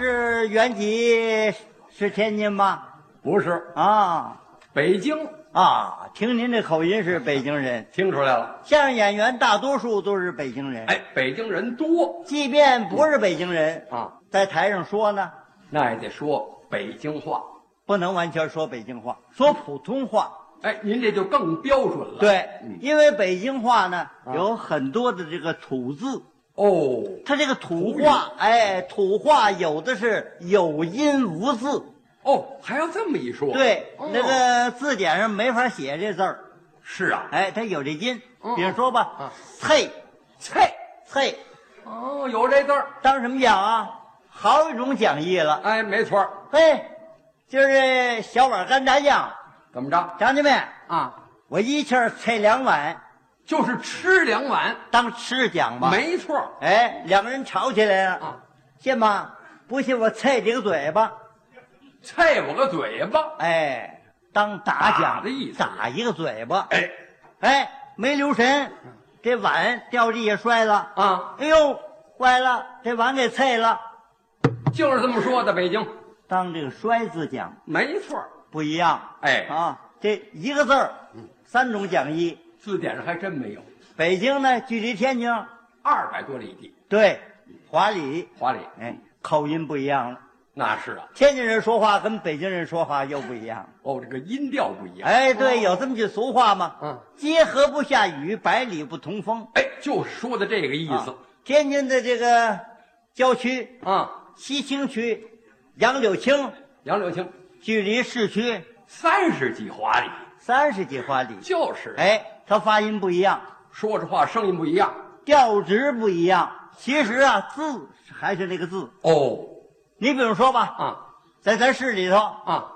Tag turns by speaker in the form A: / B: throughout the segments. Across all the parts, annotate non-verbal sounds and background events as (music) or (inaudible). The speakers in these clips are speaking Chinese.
A: 是原籍是天津吧？
B: 不是
A: 啊
B: 北京，
A: 啊，听您这口音是北京人。
B: 听出来了。
A: 相声演员大多数都是北京人，
B: 哎，北京人多
A: 即便不是北京人，
B: 啊，
A: 在台上说呢，
B: 那也得说北京话。
A: 不能完全说北京话，说普通话。
B: 哎，您这就更标准了。
A: 对
B: 嗯，
A: 因为北京话呢有很多的这个土字，
B: 哦，
A: 它这个土话，哎，土话有的是有音无字，
B: 哦，还要这么一说。
A: 对，
B: 哦
A: 那个字典上没法写这字儿，
B: 是啊，
A: 哎，它有这音
B: 嗯。
A: 比如说吧
B: 嗯，
A: 翠
B: 菜，
A: 翠，
B: 哦，有这字儿。
A: 当什么讲啊？好几种讲义了，
B: 哎，没错儿
A: 嘿，今儿这小碗干炸酱，
B: 怎么着
A: 乡亲们，
B: 啊？
A: 我一气儿菜两碗，
B: 就是吃两碗，
A: 当吃讲吧。
B: 没错儿
A: 哎，两个人吵起来了，
B: 啊。
A: 信吗？不信我菜你个嘴巴。
B: 菜我个嘴巴，
A: 哎，当打
B: 打
A: 讲
B: 的意思
A: 打一个嘴巴。
B: 哎，
A: 哎，没留神，
B: 嗯
A: 这碗掉地下摔了。
B: 啊，
A: 哎呦，坏了，这碗给碎了。
B: 就是这么说的。北京，
A: 当这个摔字讲
B: 没错儿
A: 不一样。
B: 哎嗯
A: 啊，这一个字儿，三种讲义。
B: 字典上还真没有。
A: 北京呢，距离天津
B: 二百多里地，
A: 对华里，
B: 华里，
A: 哎，口音不一样了。
B: 那是啊。
A: 天津人说话跟北京人说话又不一样。
B: 哦，这个音调不一样。
A: 哎，对，有这么句俗话吗？
B: 嗯，
A: 街河不下雨，百里不同风。
B: 哎，就说的这个意思
A: 啊。天津的这个郊区，
B: 啊。
A: 西青区、杨柳青，
B: 杨柳青
A: 距离市区
B: 三十几华里，
A: 三十几华里。
B: 就是啊
A: 哎，它发音不一样，
B: 说着话声音不一样。
A: 调值不一样。其实啊，字还是那个字。
B: 哦，
A: 你比如说吧，
B: 啊
A: 在咱市里头
B: 啊，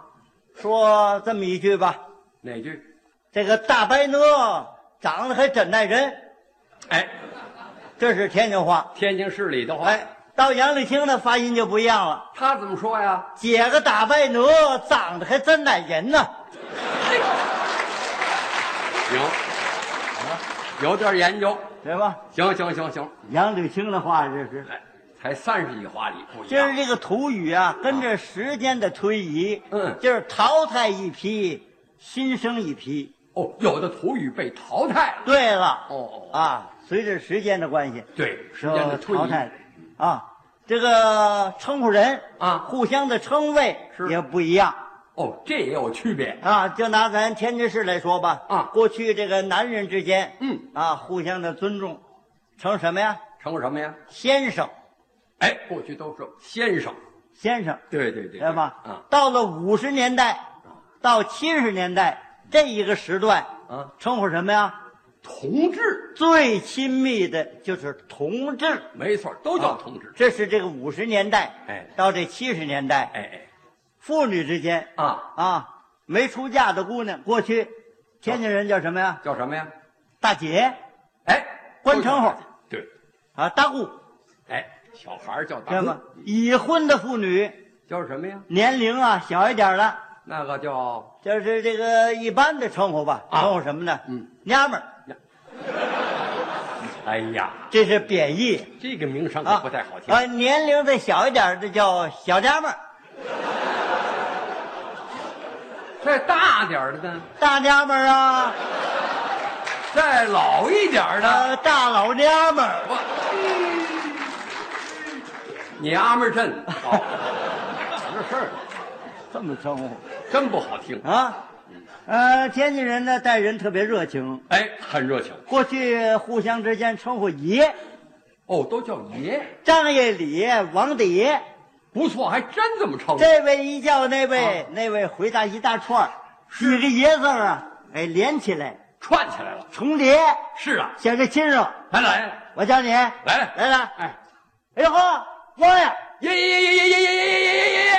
A: 说这么一句吧，
B: 哪句？
A: 这个大白鹅长得还真耐人，
B: 哎，
A: 这是天津话。
B: 天津市里的话，
A: 哎，到杨柳青的发音就不一样了。
B: 他怎么说呀？
A: 姐个打败鹅，长得还真耐人呢。
B: 行，啊有点研究。
A: 对吧？
B: 行行行行，
A: 杨柳青的话这是，
B: 哎，才三十几华里，不一
A: 今儿
B: 样。
A: 这个土语啊，跟着时间的推移，
B: 嗯
A: 就是淘汰一批，新生一批。
B: 哦，有的土语被淘汰了。
A: 对了，
B: 哦哦
A: 啊，随着时间的关系，
B: 对，时间的推
A: 淘
B: 移。
A: 汰啊，这个称呼人
B: 啊
A: 互相的称谓
B: 是
A: 也不一样
B: 哦，这也有区别。
A: 啊。就拿咱天津市来说吧，
B: 啊
A: 过去这个男人之间，
B: 嗯，
A: 啊，互相的尊重，称什么呀？
B: 成什么呀？
A: 先生，
B: 哎，过去都是先生。
A: 先生。
B: 对对对，
A: 对吧？
B: 啊，
A: 到了五十年代到七十年代这一个时段，
B: 啊，
A: 称呼什么呀？
B: 同志，
A: 最亲密的就是同志，
B: 没错，都叫同志。
A: 这是这个五十年代，
B: 哎
A: 到这七十年代，
B: 哎
A: 父女之间
B: 哎，啊，
A: 啊，没出嫁的姑娘，过去天津人叫什么呀？
B: 叫什么呀？
A: 大姐
B: 哎，
A: 官称呼。
B: 对，
A: 啊，大姑，
B: 哎，小孩儿叫
A: 知道
B: 大
A: 吗
B: 姑，？
A: 已婚的妇女
B: 叫什么呀？
A: 年龄啊小一点了，
B: 那个叫
A: 就是这个一般的称呼吧，
B: 啊
A: 称呼什么呢？
B: 嗯，
A: 娘们儿，
B: 哎呀，哎
A: 这是贬义。
B: 这个名声可
A: 啊，
B: 不太好听。
A: 啊，年龄再小一点儿的叫小娘们儿，
B: 再大点儿的呢，
A: 大娘们儿啊，
B: 再老一点儿的，
A: 呃，大老娘们儿。
B: 你阿妹儿镇， (laughs) 哦，什么事儿？
A: 这么称呼
B: 真不好听。
A: 啊？呃，天津人呢待人特别热情，
B: 哎，很热情。
A: 过去互相之间称呼爷，
B: 哦，都叫爷，
A: 张爷、李爷、王大爷，
B: 不错，还真这么称呼。
A: 这位一叫那位，
B: 啊
A: 那位回答一大串儿，几个爷字儿啊，哎，连起来
B: 串起来了。
A: 重叠，
B: 是啊，
A: 显着亲热。
B: 来来来
A: 我叫你来
B: 来
A: 来来，
B: 哎。
A: 哎呦呵，王爷，哎
B: 耶耶耶耶耶耶耶耶耶耶耶！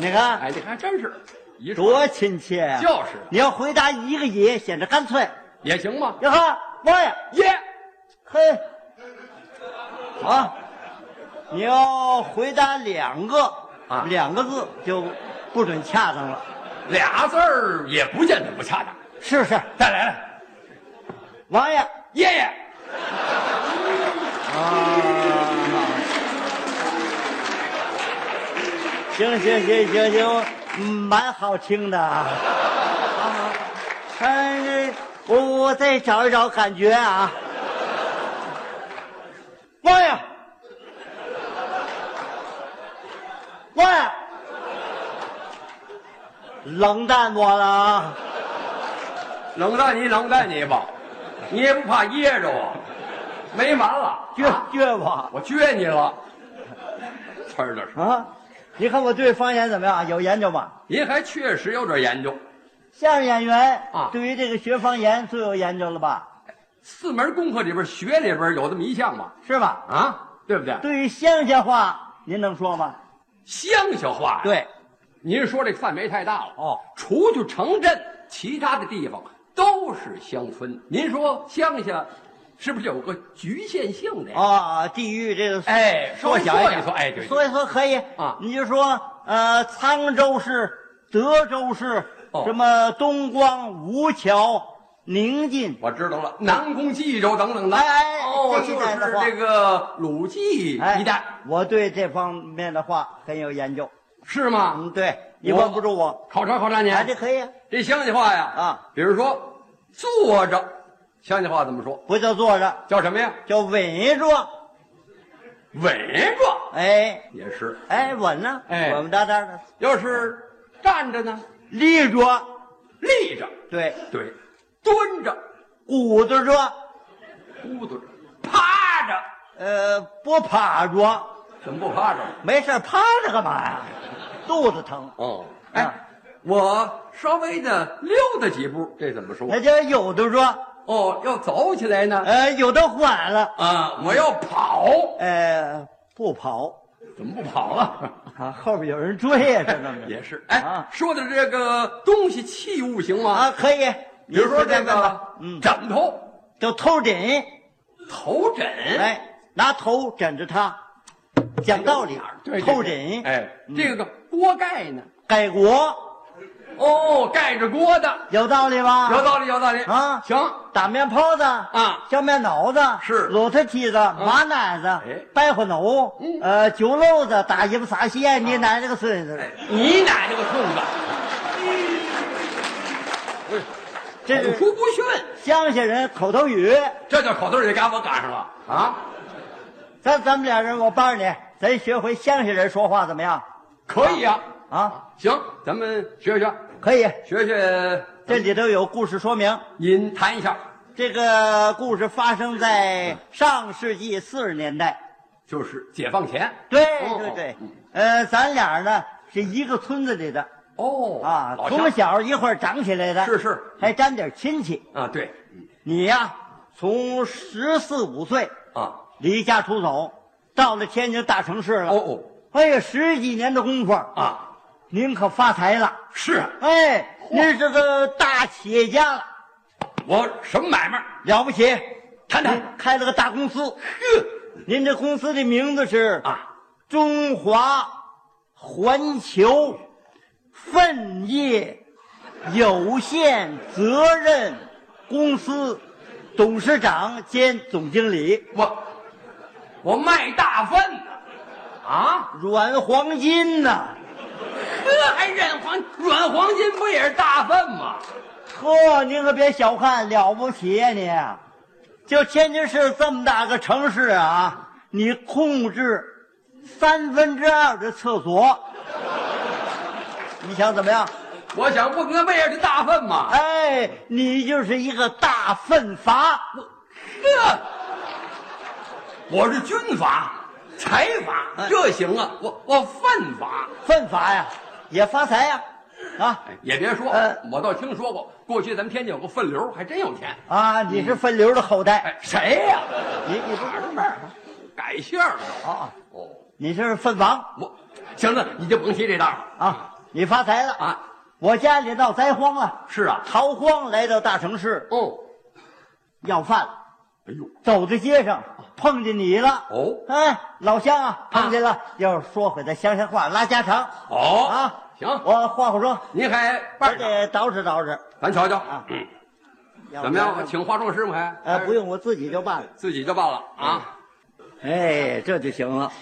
A: 你看
B: 哎，这还真是，一说
A: 多亲切啊！
B: 就是
A: 你要回答一个爷，显得干脆。
B: 也行吗？
A: 哟呵，王爷，
B: 耶，
A: 嘿，啊，你要回答两个
B: 啊
A: 两个字就不准恰当了。
B: 俩字儿也不见得不恰当。
A: 是是，
B: 再来来，
A: 王爷，
B: 爷爷，
A: 啊，行行行行行，嗯蛮好听的啊。好好，嗯，我我再找一找感觉啊。妈呀！喂，冷淡我了啊！
B: 冷淡你冷淡你吧，你也不怕噎着我，没完了，
A: 撅撅我
B: 我撅你了。呲儿的说，
A: 啊！你看我对方言怎么样？有研究吧？
B: 您还确实有点研究，
A: 相声演员
B: 啊
A: 对于这个学方言最有研究了吧？
B: 四门功课里边学里边有这么一项吧？
A: 是吧？
B: 啊，对不对？
A: 对于乡下话，您能说吗？
B: 乡下话呀，
A: 对，
B: 您说这范围太大了
A: 哦
B: 除去城镇，其他的地方都是乡村。您说乡下是不是有个局限性的呀？
A: 啊，地域这个，
B: 哦哎，稍微
A: 缩小
B: 说
A: 点
B: 一说，哎，对，
A: 所以说可以
B: 啊
A: 你就说呃，沧州市、德州市，
B: 哦
A: 什么东光、吴桥、宁晋，
B: 我知道了，南宫、冀州等等的。
A: 哎哎
B: 哦，
A: 这
B: 就
A: 一带的
B: 是
A: 话
B: 这个鲁冀
A: 哎，
B: 一带，
A: 我对这方面的话很有研究。
B: 是吗？
A: 嗯，对，你
B: 我
A: 问不住我，
B: 考察考察您
A: 哎，，这可以，
B: 这乡下话呀，
A: 啊，
B: 比如说坐着，乡下话怎么说？
A: 不叫坐着，
B: 叫什么呀？
A: 叫稳着，
B: 稳着
A: 哎
B: 也是。
A: 哎稳呢，
B: 哎
A: 稳稳当当的，
B: 要是站着呢，
A: 立着，
B: 立着，
A: 对，
B: 对，蹲着，
A: 鼓捣着，
B: 咕嘟着，趴着，
A: 呃，不趴着，
B: 怎么不趴着？
A: 没事儿趴着干嘛呀？肚子疼。
B: 哦，哎，我稍微的溜达几步，这怎么说？
A: 那叫有的说，
B: 哦，要走起来呢，
A: 呃，有的缓了，
B: 啊，我要跑，
A: 呃，不跑
B: 怎么不跑了？ (laughs)
A: 啊，后边有人追呀、知道吗？
B: 也是，哎
A: 啊，
B: 说的这个东西器物行吗？
A: 啊，可以，
B: 比如说
A: 你随
B: 这
A: 便问
B: 个
A: 吧，嗯，
B: 枕头、
A: 就偷枕，
B: 头枕，
A: 哎，拿头枕着他，讲道理啊
B: 哎，对，
A: 偷枕，
B: 对哎，这个锅盖呢？
A: 改国
B: 哦，盖着锅的，
A: 有道理吧？
B: 有道理，有道理
A: 啊
B: 行，
A: 打面泡子啊削面脑子
B: 是
A: 卤特蹄子、麻奶
B: 哎嗯
A: 子、白花藕，呃，酒漏子、打一巴撒
B: 啊
A: 蟹，你奶奶个孙子！
B: 哎你奶奶个孙子！
A: 这
B: 口
A: 是
B: 出不逊，
A: 乡下人口头语。
B: 这叫口头语，赶我赶上了啊！
A: 咱咱们俩人，我帮着你，咱学会乡下人说话怎么样？
B: 可以啊，
A: 啊，
B: 行，咱们学学
A: 可以。
B: 学学，
A: 这里头有故事说明，
B: 您谈一下，
A: 这个故事发生在
B: 嗯
A: 上世纪四十年代。
B: 就是解放前。
A: 对
B: 哦
A: 对对，呃，咱俩呢是一个村子里的
B: 哦
A: 啊，
B: 老
A: 从
B: 乡
A: 小一块儿长起来的，
B: 是是
A: 还沾点亲戚。
B: 啊，对，嗯
A: 你呀，从十四五岁
B: 啊，
A: 离家出走，到了天津大城市了。
B: 哦哦
A: 哎呀，十几年的功夫，
B: 啊，
A: 您可发财了。
B: 是啊
A: 哎，您是个大企业家了，
B: 我什么买卖？
A: 了不起！
B: 谈谈
A: 您开了个大公司，
B: 呵
A: 您这公司的名字是
B: 啊，
A: 中华环球奋业有限责任公司董事长兼总经理，
B: 我我卖大粪呢，啊，
A: 软黄金呐、
B: 呵，还染黄软黄金不也是大粪吗？
A: 呵，您可别小看了不起呀、你！就天津市这么大个城市啊，你控制三分之二的厕所，你想怎么样？
B: 我想不能为了这大粪吗？
A: 哎，你就是一个大粪阀，
B: 这， (laughs) 我是军阀、财阀，
A: 哎
B: 这行啊！我我犯法，
A: 粪阀呀，也发财呀，啊
B: 哎，也别说
A: 呃，
B: 我倒听说过，过去咱们天津有个粪流，还真有钱。
A: 啊！你是分流的后代，
B: 哎，谁呀、
A: 你你不
B: 哪儿的门儿？改姓儿
A: 啊啊，
B: 哦，
A: 你是粪王
B: 我行了，你就甭提这道了
A: 啊！你发财了
B: 啊！
A: 我家里闹灾荒了，
B: 是啊，
A: 逃荒来到大城市
B: 哦，
A: 要饭了。
B: 哎呦，
A: 走在街上碰见你了，
B: 哦
A: 哎，老乡啊，碰见了。要是说回咱乡下话，拉家常
B: 好
A: 啊。
B: 哦行，
A: 我话不说，
B: 您还
A: 我
B: 办着，
A: 得捯饬捯饬。
B: 咱瞧瞧
A: 啊，
B: 嗯
A: 要
B: 怎
A: 不
B: 么样？我
A: 然
B: 请化妆师傅还？
A: 呃，不，用，我自己就办了。
B: 自己就办了啊。
A: 哎，这就行了。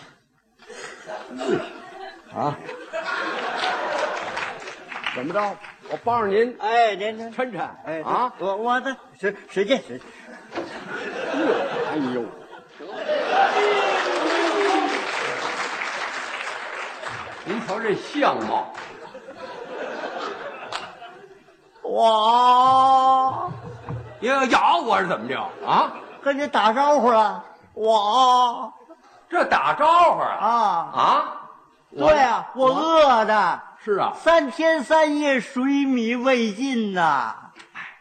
A: 啊，
B: 怎么着？我帮着您
A: 哎，您您，
B: 抻抻。
A: 嗯哎
B: 啊，
A: 我我的使使劲使劲，
B: 哎呦，您瞧这相貌，
A: 我
B: 要咬我是怎么着啊？
A: 跟你打招呼啊，我
B: 这打招呼啊
A: 啊，
B: 啊？我
A: 对啊，我饿的
B: 是啊，
A: 三天三夜水米未进呐，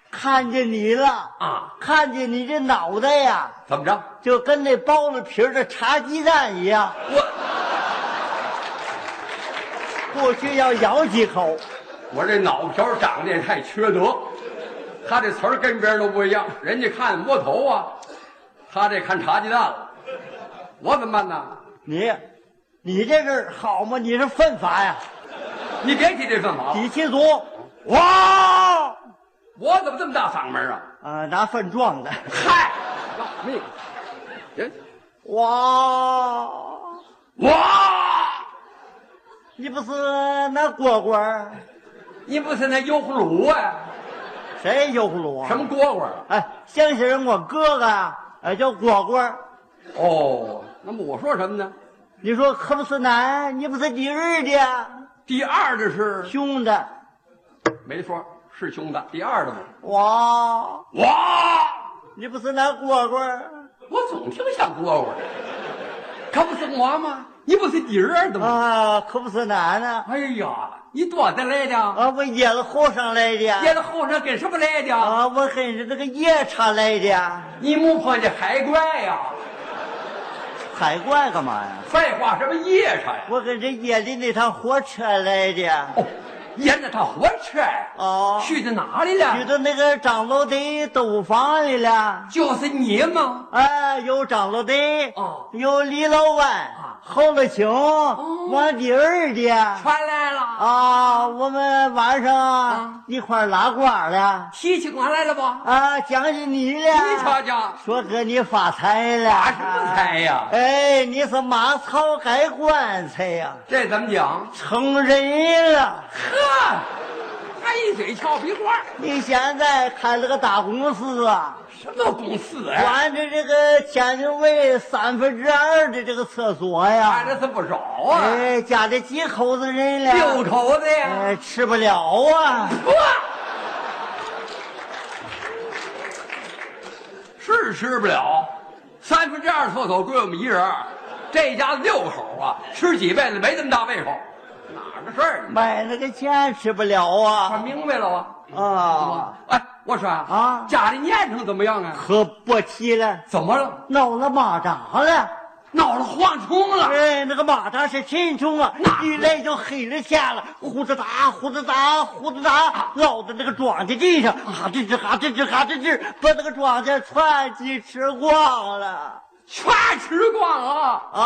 A: 看见你了
B: 啊，
A: 看见你这脑袋呀，
B: 怎么着？
A: 就跟那剥了皮儿的茶鸡蛋一样，
B: 我
A: 过去要咬几口。
B: 我这脑瓢长得也太缺德，他这词儿跟别人都不一样，人家看窝头啊，他这看茶鸡蛋了，我怎么办呢？
A: 你，你这是好吗？你是犯法呀，
B: 你别提这份法了，
A: 底气足。哇！
B: 我怎么这么大嗓门啊？
A: 啊，拿粪撞的。
B: 嗨，要命！人
A: 哇！
B: 哇，
A: 你不是那蝈蝈儿？
B: 你不是那油葫芦啊？
A: 谁油葫芦啊？
B: 什么蝈蝈啊？
A: 哎，乡下人我哥哥啊，哎叫蝈蝈儿。
B: 哦，那么我说什么呢？
A: 你说可不是男，你不是第二的
B: 第二的是
A: 兄弟，
B: 没错，是兄弟。第二的嘛，
A: 哇！
B: 哇，
A: 你不是那蝈蝈儿
B: 我总听像蝈蝈儿，可不是我吗？你不是第二的吗？
A: 啊，可不是男啊，
B: 哎呀，你多的来的，
A: 啊，我野了后上来的。
B: 接着后生跟什么来的？
A: 啊，我跟着那个夜叉来的，
B: 你没碰见海怪呀？
A: 海怪干嘛呀？
B: 废话，什么夜叉呀？
A: 我跟着夜里那趟火车来的，
B: 哦，沿着他火车呀
A: 哦
B: 去的哪里了？
A: 去到那个张老的斗房里了。
B: 就是你吗？
A: 哎，有张老的，
B: 哦
A: 有李老
B: 啊哦
A: 万，侯了请，王第二的。
B: 传来了，
A: 啊，我们晚
B: 啊
A: 上一块儿拉呱了，
B: 提起我来了吧？
A: 啊，讲起你了。
B: 你瞧瞧，
A: 说哥你发财了。
B: 发什么财呀
A: 哎，你是马槽改棺材呀。
B: 这怎么讲？
A: 成人了，
B: 呵，他一嘴俏皮话，
A: 你现在开了个大公司啊，
B: 什么公司啊？
A: 管着这个天津卫三分之二的这个厕所
B: 看
A: 呀，
B: 着是不少啊，
A: 哎，家里几口子人
B: 六
A: 了，
B: 口子呀。
A: 哎，吃不了啊，
B: 哇，是吃不了，三分之二厕所归我们一人儿，这家六口啊，吃几辈子没这么大胃口，哪儿的事儿？
A: 买那个钱吃不了
B: 我
A: 啊，
B: 明白了啊。
A: 啊，
B: 哎，我说啊，
A: 啊
B: 家里念成怎么样啊？
A: 可不提了，
B: 怎么了？
A: 闹了蚂蚱了。
B: 闹了蝗虫了？
A: 哎，那个蚂蚱是真虫啊
B: 那，
A: 一来就黑了瞎了，呼哧打，呼哧打，呼哧打，落在那个庄稼地上，啊吱吱哈吱吱哈吱吱，把那个庄稼全给吃光了
B: 全吃光了，
A: 啊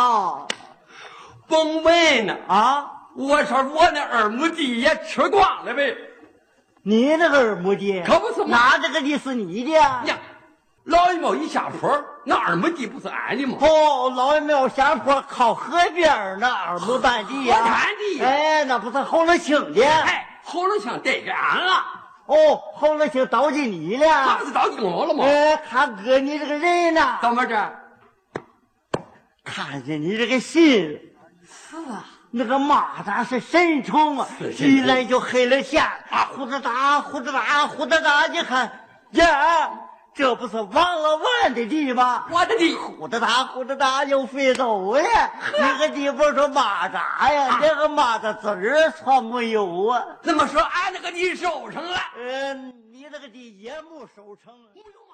B: 甭问呢。
A: 啊！
B: 我说我那二亩地也吃光了呗。
A: 你那个耳目的
B: 可不是嘛
A: 拿这个的是你的呀？
B: 呀，老一毛一下坡，那二亩地不是俺的吗？
A: 哦，老也没有下坡，靠河边儿那耳目半地呀、
B: 河南的呀
A: 哎，那不是侯乐清的？
B: 哎，喉咙腔得给俺了，
A: 哦，侯乐清倒进你
B: 那
A: 了
B: 不。是倒进我了吗？
A: 哎，他哥，你这个人呐！
B: 怎么着？
A: 看见你这个信，
B: 是啊，
A: 那个蚂蚱是神虫啊
B: 是，神虫
A: 一来就黑了线啊，呼哧打，呼哧打，呼哧打，你看，呀，这不是王老万的地吗？
B: 我的地，
A: 呼哧打，呼哧打，又飞走了。那个地方说蚂蚱呀，那个蚂蚱籽儿穿没有啊。呃
B: 这么说俺那个地收成了。
A: 嗯，你那个地也没收成。
B: 不用